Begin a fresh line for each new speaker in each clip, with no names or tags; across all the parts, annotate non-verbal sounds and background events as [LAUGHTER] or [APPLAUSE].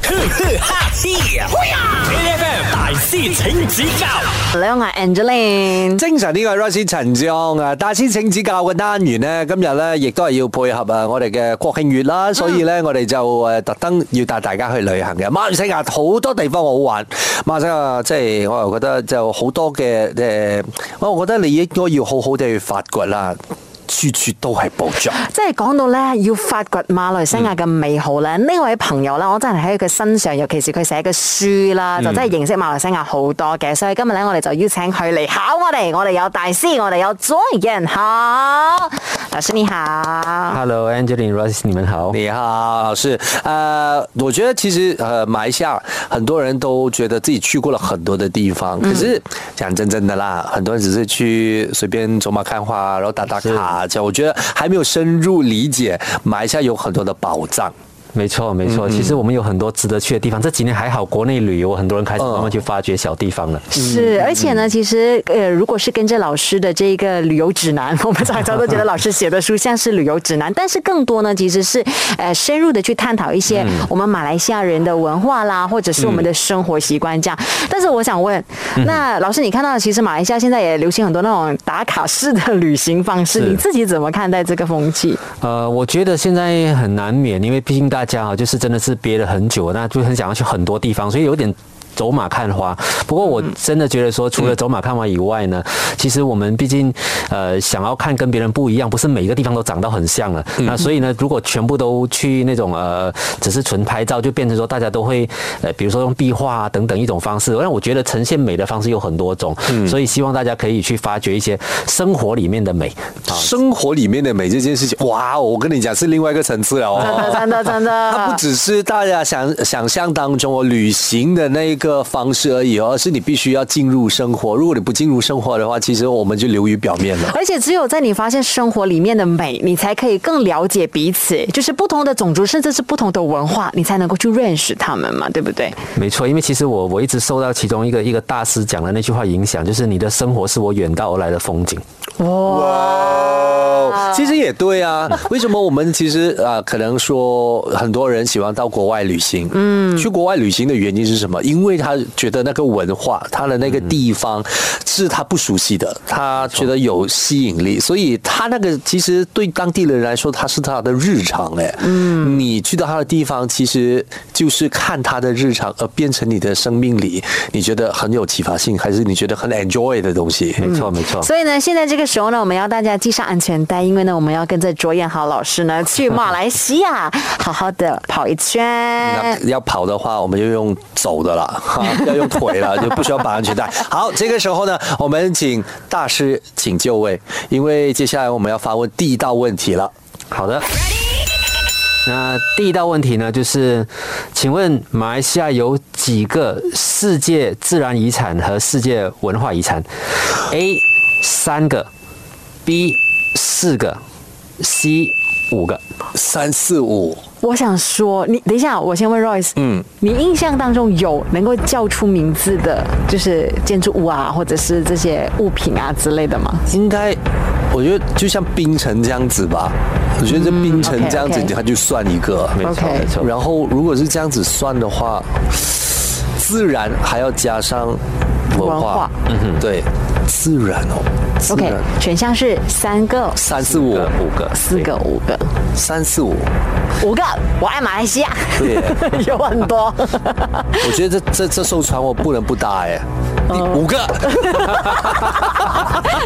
哈嘿呀！A.F.M. 大師請指教
你好，我係 Angeline。
精神呢個 Rosie 陳志昂啊，大師請指教嘅單元呢，今日呢亦都係要配合啊我哋嘅國慶月啦，所以呢，我哋就誒特登要帶大家去旅行嘅。馬來西亞好多地方好玩，馬來西亞即係我又覺得就好多嘅誒，我覺得你應該要好好地去發掘啦，處處都係寶藏。
即係講到咧，要發掘馬來西亞嘅美好咧，呢、位朋友啦，我真係喺佢身上，尤其是佢寫嘅書啦，就真係認識馬來西亞好多嘅。所以今日咧，我哋就邀請佢嚟考我哋，我哋有大師，我哋有左人好，老師你好。
[LAUGHS] Hello, Angeline, Rose，你们好。
你好，老师。呃，我觉得其实呃，马来西亚很多人都觉得自己去过了很多的地方，可是讲真真的啦，很多人只是去随便走马看花，然后打打卡，这样我觉得还没有深入理解马来西亚有很多的宝藏。
没错，没错。其实我们有很多值得去的地方。这几年还好，国内旅游很多人开始
嗯
慢慢去发掘小地方了。
是，而且呢，其实呃，如果是跟着老师的这个旅游指南，我 [LAUGHS] 们常常都觉得老师写的书像是旅游指南，但是更多呢，其实是呃深入的去探讨一些
嗯
我们马来西亚人的文化啦，或者是我们的生活习惯这样。但是我想问，
嗯
那老师，你看到其实马来西亚现在也流行很多那种打卡式的旅行方式，
是
你自己怎么看待这个风气？
呃，我觉得现在很难免，因为毕竟大家啊，就是真的是憋了很久，那就很想要去很多地方，所以有点。走马看花，不过我真的觉得说，除了走马看花以外呢，其实我们毕竟，呃，想要看跟别人不一样，不是每一个地方都长到很像了。那所以呢，如果全部都去那种呃，只是纯拍照，就变成说大家都会，呃，比如说用壁画啊等等一种方式。让我觉得呈现美的方式有很多种，所以希望大家可以去发掘一些生活里面的美。啊
生活里面的每这件事情，哇，我跟你讲是另外一个层次了
真
哦
的。真的真的，
[LAUGHS] 它不只是大家想想象当中哦旅行的那个方式而已哦，而是你必须要进入生活。如果你不进入生活的话，其实我们就流于表面了。
[LAUGHS] 而且只有在你发现生活里面的美，你才可以更了解彼此，就是不同的种族，甚至是不同的文化，你才能够去认识他们嘛，对不对？
没错，因为其实我我一直受到其中一个一个大师讲的那句话影响，就是你的生活是我远道而来的风景。
哦，其实也对啊。为什么我们其实啊、呃可能说很多人喜欢到国外旅行，嗯，去国外旅行的原因是什么？因为他觉得那个文化，他的那个地方是他不熟悉的，他觉得有吸引力，所以他那个其实对当地人来说，他是他的日常哎。嗯，你去到他的地方，其实就是看他的日常，而变成你的生命里，你觉得很有启发性，还是你觉得很 enjoy 的东西？
没错，没错。
哦
所以呢，现在这个时候呢，我们要大家系上安全带，因为呢，我们要跟着卓彦豪老师呢去马来西亚好好的跑一
呃
圈。
那要跑的话，我们就用走的了， [LAUGHS] 哈，不要用腿
[LAUGHS]
了，就不需要绑安全带。好，这个时候呢，我们请大师请就位，因为接下来我们要发问第一道问题了。
好的。那第一道问题呢，就是，请问马来西亚有几个世界自然遗产和世界文化遗产？A 三个，B 四个，C 五个。
三四五，
我想说，你等一下，我先问 Royce，嗯
嗯，
你印象当中有能够叫出名字的，就是建筑物啊，或者是这些物品啊之类的吗？
应该我觉得就像冰城这样子吧，我觉得这冰城
OK，OK
这样子它就算一个。
嗯没错
OK
没错。
然后如果是这样子算的话，自然还要加上文
文
化
化，
嗯哼，对，自然哦，自
OK，
然，
选项是三个、
三四五
五，个五个
四个、五个、
三四五。
五个。我爱马来西亚， [LAUGHS]
对，
有很
[LAUGHS]
多。
我觉得这这这艘船我不能不搭哎、
哦
第五
[LAUGHS]
个，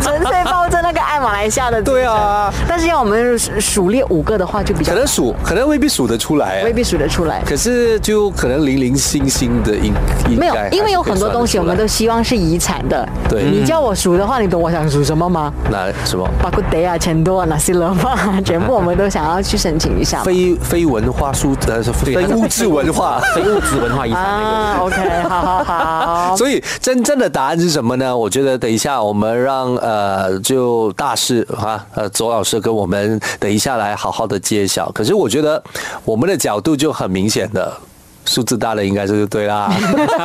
纯粹抱着那个爱马来西亚的。
对啊，
但是要我们数数列五个的话，就比较
可能数可能未必数得出来、哎
未必数得出来。
可是就可能零零星星的应应
没有
该，
因为有
还是可
很
以
多东西我们都
算
希望是遗产的。
对
你叫我数的话，你懂我想数什么吗？
得出来那什么
巴古德啊、钱多啊、纳西勒嘛， [LAUGHS] 全部我们都想要去申请一下嘛。
非非文化书呃是
它
非
是
物质文化。
非物质文化遗产那
啊，OK，好好
[LAUGHS]
好。
所以真正的答案是什么呢？我觉得等一下我们让呃就大师啊呃左老师跟我们等一下来好好的揭晓。可是我觉得我们的角度就很明显的，数字大的应该是对 [LAUGHS] 啦。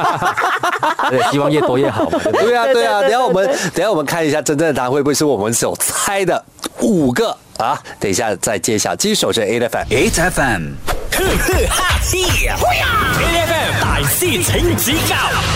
个，对，希望越多越好嘛。对不对
对啊，对啊，
对对对
等一下我们等一下我们看一下真正的答案会不会是我们所猜的五个啊？等一下再揭晓。继续守着 A F M。
，A F M，呵呵哈嘿呀！A F M 师请指教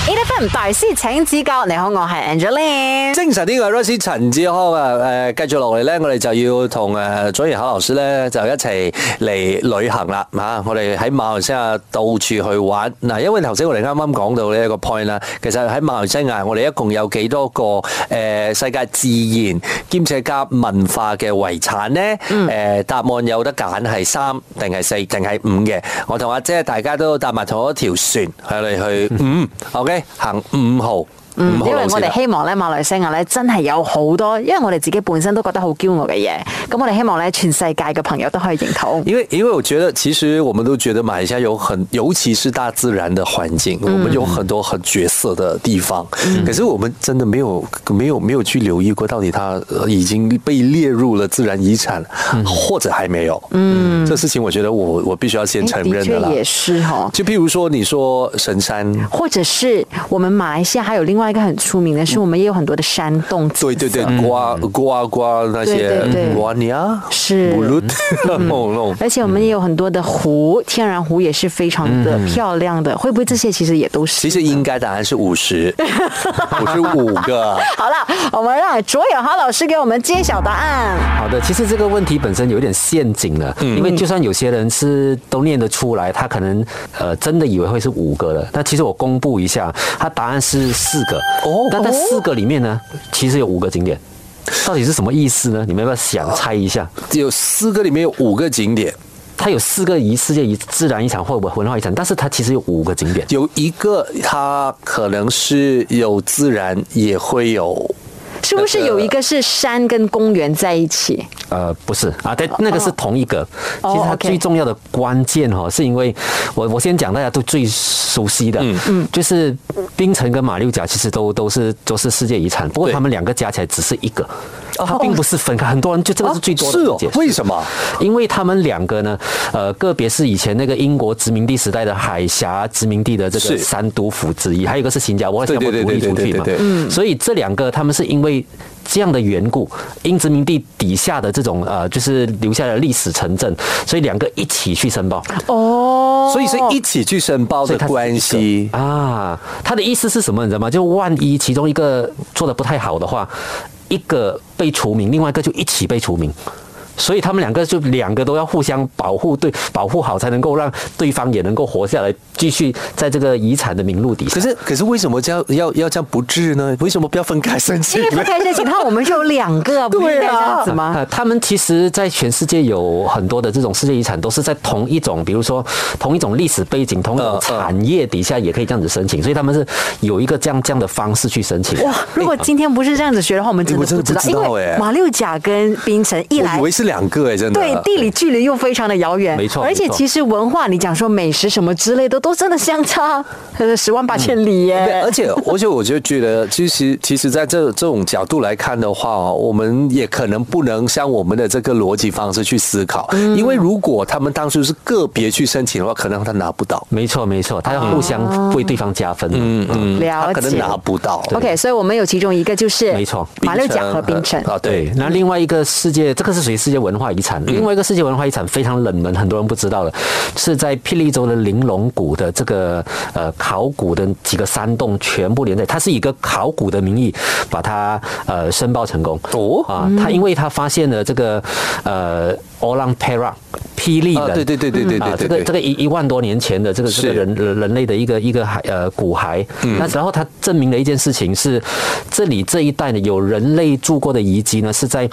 ，A F M 大師請指教。你好，我係 Angeline。
精神呢個 r o s i e 陳志康啊，誒、繼續落嚟咧，我哋就要同誒左賢考老師咧就一齊嚟旅行啦嚇、啊我哋喺馬來西亞到處去玩嗱、因為頭先我哋啱啱講到呢一個 point 啦，其實喺馬來西亞我哋一共有幾多個誒、世界自然兼且加文化嘅遺產呢？誒、答案有得揀係三定係四定係五嘅。我同阿姐大家都搭埋同一條船，我哋去五 OK 行五號。
嗯，
五號
因為
路
我
線啦
哋希望咧，馬來西亞咧真係有好多，因為我哋自己本身都覺得好驕傲嘅嘢，咁我哋希望咧全世界嘅朋友都可以認同。
因为因为我觉得，其实我们都觉得马来西亚有很，尤其是大自然的环境，
嗯
我们有很多很角色的地方。可是我们真的没有没有没有去留意过，到底它呃已经被列入了自然遗产，或者还没有。嗯，这事情我觉得我我必须要先承
誒
认的啦
確。哎也是哈。
就譬如说，你说神山。
或者是我们马来西亚还有另外一个很出名
嗯
的是，我们也有很多的山洞景色。
对对对，瓜瓜瓜那些
对对对
瓜尼亚
是嗯
布鲁特 [LAUGHS] 那种
而且我们也有很多的湖，天然湖也是非常的漂亮的。会不会这些其实也都是？
嗯其实应该答案是
[LAUGHS]
五十，五十五个。
好了，我们让卓永豪老师给我们揭晓答案。
好的，其实这个问题本身有一点陷阱了，因为就算有些人是都念得出来，他可能呃真的以为会是五个了，但其实我公布一下，他答案是四个。
哦
哦，但在四个里面呢，其实有五个景点，到底是什么意思呢？你们要不要想猜一下？
有四个里面有五个景点，
它有四个遗世界遗自然遗产或文化遗产，但是它其实有五个景点。
有一个它可能是有自然，也会有
是不是有一个是山跟公园在一起？
呃，不是啊，对，那个是同一个。
哦
其实它
OK
最重要的关键哈、哦，是因为我我先讲大家都最熟悉的，嗯嗯，就是槟城跟马六甲其实都都是都是世界遗产，不过
对
他们两个加起来只是一个，
哦
它并不是分开。很多人就这个是最多的
是
误
哦
解，，
为什么？
因为他们两个呢，呃，个别是以前那个英国殖民地时代的海峡殖民地的这
是
个三都府之一，还有一个是新加坡，后来新加坡
对
独
对
立
对
出去嘛嗯
对对对对，
所以这两个他们是因为这样的缘故，英殖民地底下的这种呃，就是留下的历史城镇，所以两个一起去申报。
哦，
所以是一起去申报的
所以它是一个
关系。
啊，他的意思是什么？你知道吗？就万一其中一个做的不太好的话，一个被除名，另外一个就一起被除名。所以他们两个就两个都要互相保护，对，保护好才能够让对方也能够活下来，继续在这个遗产的名录底下
可。是可是为什么这样要要这样不治呢？为什么不要分开申请
因为
呢
不？开心情，那我们就有两
[LAUGHS]
个，不是应该这样子吗？
哎
啊，他们其实，在全世界有很多的这种世界遗产，都是在同一种，比如说同一种历史背景、同一
嗯嗯
种产业底下，也可以这样子申请，所以他们是有一个这样这样的方式去申请。
哇！如果今天不是这样子学的话，我们真的
我真
不知
的
道，
不知道
因为
哎
马六甲跟槟城一
我
来
以为是两个哎，真的。
对，地理距离又非常的遥远，
没错
而且
没错
其实文化，你讲说美食什么之类的，都真的相差 [LAUGHS] 呃十万八千里
对，
耶
而。且而且我就觉得，其实其实在这这种角度来看的话哦，我们也可能不能像我们的这个逻辑方式去思考，
嗯
因为如果他们当初是个别去申请的话，可能他拿不到，
没错，没错，他要互相为对方加分。嗯嗯，
啊了
他
解，
可能拿不到。
OK，所以我们有其中一个就是
没错
马六甲和槟城
呃。啊，对
哦对。。那另外一个世界，这个是属于世界文化遗产。另外一个世界文化遗产非常冷门，很多人不知道的，是在霹雳州的玲珑谷的这个呃考古的几个山洞全部连在，它是以一个考古的名义把它呃申报成功。
哦
啊，它因为它发现了这个呃 Orang Perak 霹雳
啊
人，
对对对对对
啊这
对对
个
对
这个一一万多年前的这个这
是
个
嗯
人人人类的一个一个骸呃骨骸，那然后他证明了一件事情是，这里这一带呢有人类住过的遗迹呢是在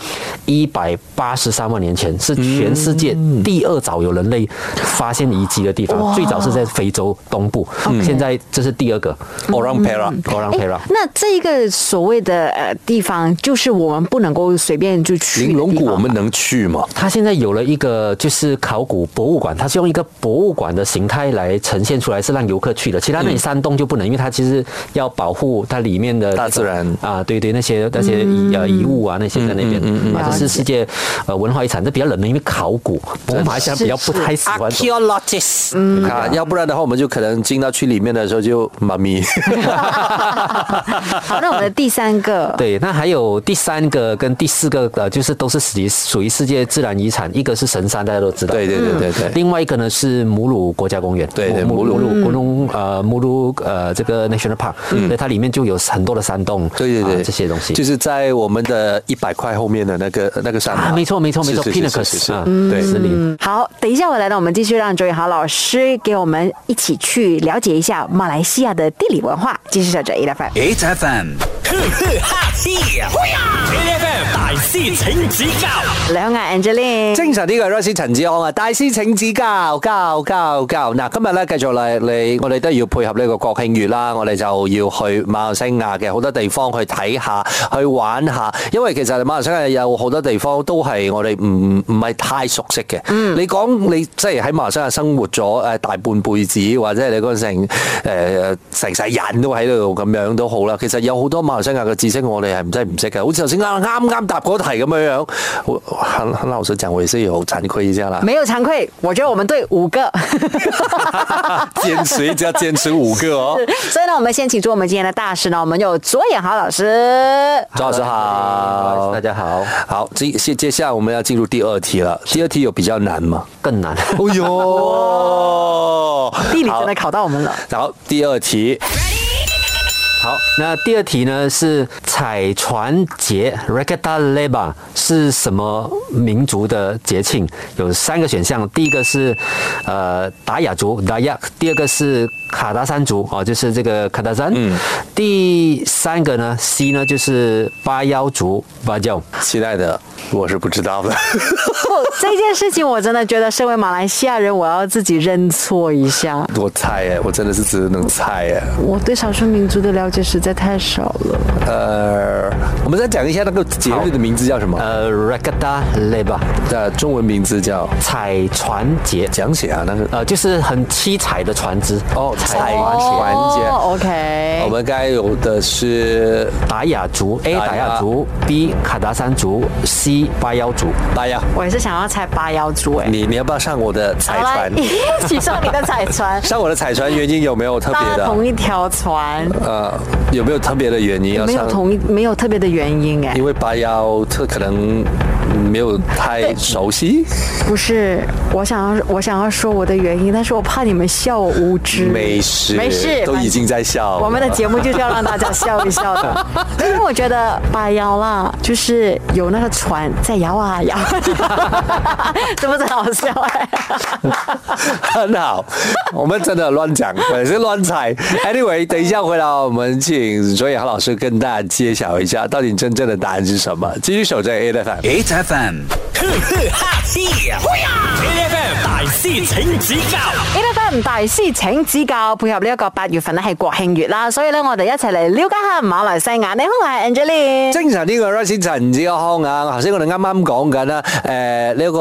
一百八十三万年前，是全世界
嗯
第二早有人类发现遗迹的地方，最早是在非洲东部，现在这是第二个
Orang 嗯 Perak，
Orang Perak。
那这一个所谓的呃地方，就是我们不能够随便就去的地
玲
方
珑谷我们能去吗？
它现在有了一个就是考古博物馆，它是用一个博物馆的形态来呈现出来，是让游客去的。其他那里山洞就不能，因为它其实要保护它里面的
大自然嗯
啊，对对，那些那些遗呃遗物啊那些在那边啊，
了
这
解
是世界呃文化遗产，这比较冷门，因为考古，我们马来西亚比较
是
不太喜欢走。
Archaeologist，嗯啊，要不然的话，我们就可能进到去里面的时候就
[LAUGHS]
妈咪，
好，那我们的第三个，
对，那还有第三个跟第四个呃，就是都是属于属于世界自然遗产，山，一个是神山，大家都知道。
对对对对对
另外一个呢是母乳国家公园，
对对
母
母乳
母乳母乳呃母乳呃这个 national park，所以它里面就有很多的山洞，
嗯对对对、
啊这些东西。
就是在我们的一百块后面的那个那个山
啊，
嘛
没错没错没错
是是是是是是
，Pinnacles 啊，
嗯
对。
森林。
好，等一下回来呢，我们继续让周宇豪老师给我们一起去了解一下马来西亚的地理文化。继续守着 A F [LAUGHS] M。
8FM，呵呵哈嘿啊！A F M 大师请指教
两眼 Angeline，
精神呢個 Rosie 陳志康啊，大師請指教，教教教。嗱，今日咧繼續嚟你，我哋都要配合呢個國慶月啦，我哋就要去馬來西亞嘅好多地方去睇下，去玩下。因為其實馬來西亞有好多地方都係我哋唔唔係太熟悉嘅。你講你即係喺馬來西亞生活咗誒大半輩子，或者係你嗰陣成誒成世人都喺度咁樣都好啦。其實有好多馬來西亞嘅知識我哋係唔真係唔識嘅，好似頭先啱啱啱答嗰題咁樣樣。我很很老實講，我也是有慚愧一啊
[LAUGHS]
下啦。
没有惭愧，我觉得我们队五 [LAUGHS] 个。
坚持一直要坚持五个哦。
所以呢，我们先请出我们今天的大师呢，我们有左眼豪老师。
周老师好，
大家好，
好，接接接下来我们要进入第二题了。第二题有比较难吗？
更难。
哦 [LAUGHS] 哟，
地理真的考到我们 [LAUGHS] 了，
然后第二题，
好，那第二题呢是彩船节 r e g a t a Leba） 是什么民族的节庆？有三个选项，第一个是呃达雅族 （Dayak），第二个是卡达山族哦，就是这个卡达山。嗯。第三个呢，C 呢就是巴腰族 b a j o
期待的我是不知道的。 [LAUGHS]
不，这件事情我真的觉得，身为马来西亚人，我要自己认错一下。
我猜耶，我真的是只能猜耶。
我对少数民族的了解实在太少了。
呃，我们再讲一下那个节日的名字叫什么？
呃 r e g a t a Leba
呃，中文名字叫
彩船节，
讲解啊，那个
呃，就是很七彩的船只
哦彩
船节。
环节
哦，OK。
我们该有的是
达雅族 A
达
达
雅
雅族，B 卡达山族，C 巴腰族。
哎呀，
我也是想要猜八幺猪哎、
你你要不要上我的彩
好啊啦 [LAUGHS]
船？，
一起上你的彩船
[LAUGHS] 上我的彩船原因有没有特
大
别
家
的？
同一条船，
呃，有没有特别的原因要
没有
上？
同一没有特别的原因哎、
因为八幺特可能没有太熟悉，
不是，我想要我想要说我的原因，但是我怕你们笑我无知。
没事，
没事，
都已经在笑了。
我们的节目就是要让大家笑一笑
[LAUGHS]
的，因为我觉得八幺啦，就是有那个船在摇啊摇啊， [LAUGHS] 是不是很好笑哎、
[LAUGHS] 很好，我们真的乱讲，也是乱猜。Anyway，等一下回来，我们请卓野豪老师跟大家揭晓一下，到底真正的答案是什么。继续守在 A 的反。
，8FM，呵呵哈嘿啊！A F M 大师请指教
A F M 大師請指教，配合呢一個八月份咧係國慶月啦，所以咧我哋一齊嚟了解下馬來西亞。你好，我係 Angeline。
精神呢個 r i s e 陳志康啊，頭先我哋啱啱講緊啦，誒呢一個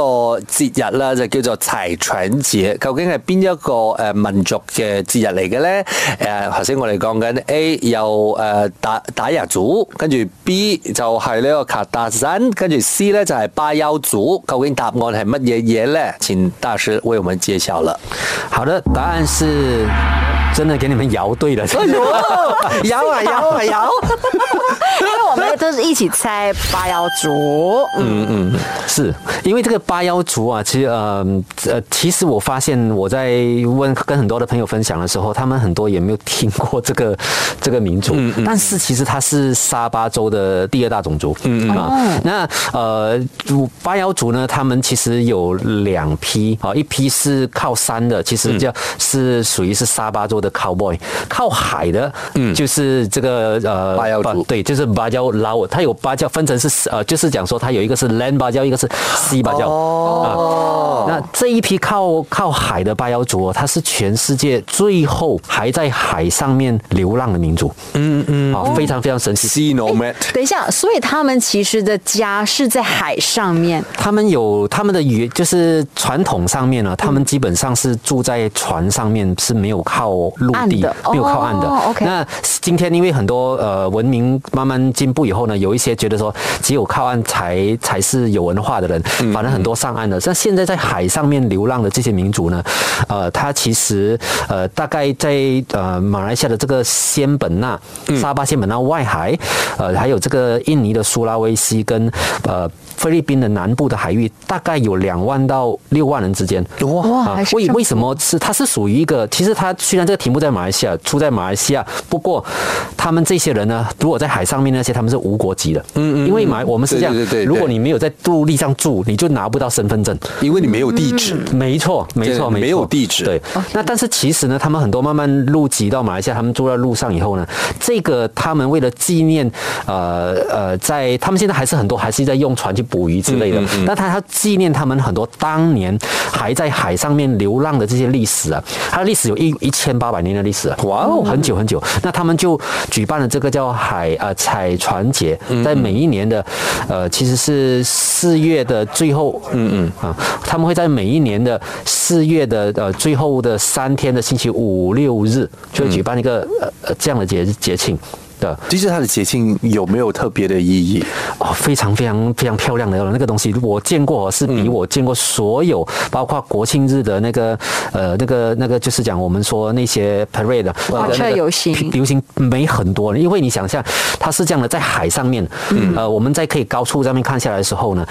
節日啦，就叫做柴搶節，究竟係邊一個誒民族嘅節日嚟嘅咧？誒頭先我哋講緊 A 有誒打打日族，跟住 B 就係呢個卡達山，跟住 C 咧就係巴丘族，究竟答案係乜嘢嘢咧？請大師為我們揭曉啦！
好的，答案是真的给你们摇对了。
哎 [LAUGHS] 有啊有啊有！
[LAUGHS] 因为我们都是一起猜八幺族，嗯，
是因为这个八幺族啊，其实呃呃，其实我发现我在问跟很多的朋友分享的时候，他们很多也没有听过这个 [LAUGHS] 这个民族，但是其实它是沙巴州的第二大种族，嗯嗯啊，那呃八幺族呢，他们其实有两批啊，一批是靠山的，其实叫是属于是沙巴州的 cowboy，靠海的，嗯，就是这个呃
巴瑶族
对，就是芭蕉捞，它有芭蕉分成是呃，就是讲说它有一个是 land 芭蕉，一个是西芭蕉。哦、那这一批靠靠海的芭蕉族哦，它是全世界最后还在海上面流浪的民族。嗯嗯，啊、非常非常神奇。
哦
C nomad
等一下，所以他们其实的家是在海上面，
他们有他们的语，就是传统上面呢，他们基本上是住在船上面，是没有靠陆
岸
地
的，
没有靠岸的。
哦，OK
那今天因为很多呃文明慢慢进步以后呢，有一些觉得说只有靠岸才才是有文化的人，反正很多上岸的。像现在在海上面流浪的这些民族呢，呃，他其实呃大概在呃马来西亚的这个仙本那、沙巴仙本那外海，呃还有这个印尼的苏拉威西跟呃菲律宾的南部的海域，大概有两万到六万人之间。啊
哇还是
为
这么
为什么是它是属于一个？其实它虽然这个题目在马来西亚，出在马来西亚，不过他们这些人呢，如果在海上面那些，他们是无国籍的。嗯嗯。因为马来我们是这样，
对对对对
如果你没有在陆地上住，你就拿不到身份证。
因为你没有地址。
没错，没错，
嗯对
没错
没有地址哦
对，那但是其实呢，他们很多慢慢入籍到马来西亚，他们住在路上以后呢，这个他们为了纪念，呃呃，在他们现在还是很多还是在用船去捕鱼之类
嗯
的。那他他纪念他们很多当年还在海上面流浪的这些历史啊，它的历史有一一千八百年的历史啊，哇哦，很久很久。那他们就举办了这个叫海呃采船节，在每一年的呃其实是四月的最后，嗯嗯啊，他们会在每一年的四月的呃最后的三天的星期五六日，就会举办一个、呃呃这样的节节庆的。
其实它的节庆有没有特别的意义？
哦，非常非常非常漂亮的那个东西，我见过哦是比我见过所有，包括国庆日的那个呃那个那个就是讲我们说那些 parade 的
花车游行
游行没很多，因为你想象它是这样的，在海上面，呃，我们在可以高处上面看下来的时候呢，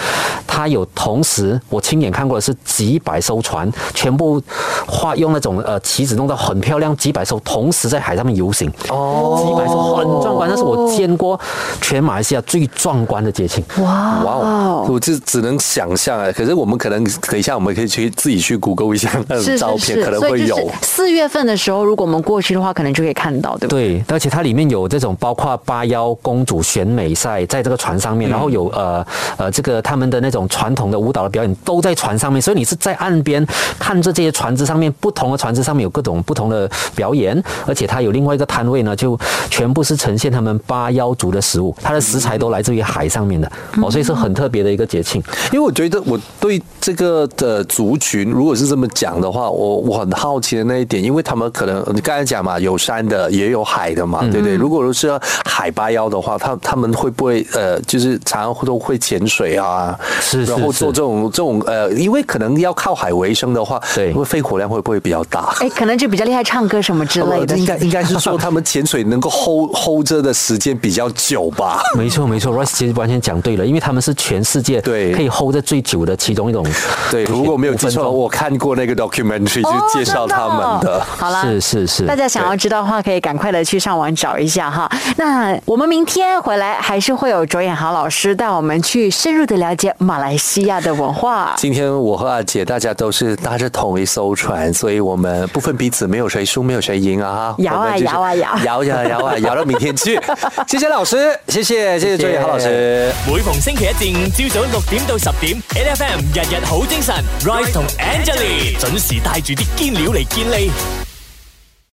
它有同时我亲眼看过的是几百艘船，全部画用那种呃旗子弄到很漂亮，几百艘同时在海上面游行，哦，几百艘很壮观，那是我见过全马来西亚最壮观的节庆。
哇
哇哦，我这只能想象哎。可是我们可能等一下，我们可以去自己去 Google 一下那种
是
照
是
片，
是，
可能
所
会
以就
有
是。四月份的时候，如果我们过去的话，可能就可以看到，对不对？
对，而且它里面有这种包括八幺公主选美赛，在这个船上面，然后有呃呃这个他们的那种传统的舞蹈的表演都在船上面，所以你是在岸边看着这些船只上面不同的船只上面有各种不同的表演，而且它有另外一个摊位呢，就全部是呈现他们八幺族的食物，它的食材都来自于海上面的哦，所以是很特别的一个节庆。
因为我觉得我对这个的族群，如果是这么讲的话，我我很好奇的那一点，因为他们可能你刚才讲嘛，有山的也有海的
嗯
嘛，对不对？如果是海八幺的话，他他们会不会呃，就是常常都会潜水啊，
是是
然后做
是
这种这种呃，因为可能要靠海为生的话，
对
会肺活量会不会比较大？
哎，可能就比较厉害，唱歌什么之类的。
呃应该应该是说他们潜水能够 hold [LAUGHS] hold 着的时间比较久
[LAUGHS]
吧。
没错，没错，Royce 其实完全讲对了，因为他们是全世界
对
可以 hold 得最久的其中一种。
对，如果没有记
五分
错，
钟
我看过那个 documentary
哦
就介绍他们的。
好啦，
是是是
大家想要知道的话，可以赶快的去上网找一下哈。那我们明天回来还是会有卓衍豪老师带我们去深入的了解马来西亚的文化。
今天我和阿姐大家都是搭着同一艘船，所以我们不分彼此，没有谁输，没有谁赢啊！
摇啊
我们就是
摇啊摇
摇呀摇啊摇到明
[LAUGHS]
天去。谢谢老师，谢谢谢谢周宇豪老师。
每逢星期一至五朝早六点到十点，N F M 日日好精神，Rise 同 Angelie 准时带住啲坚料嚟健利。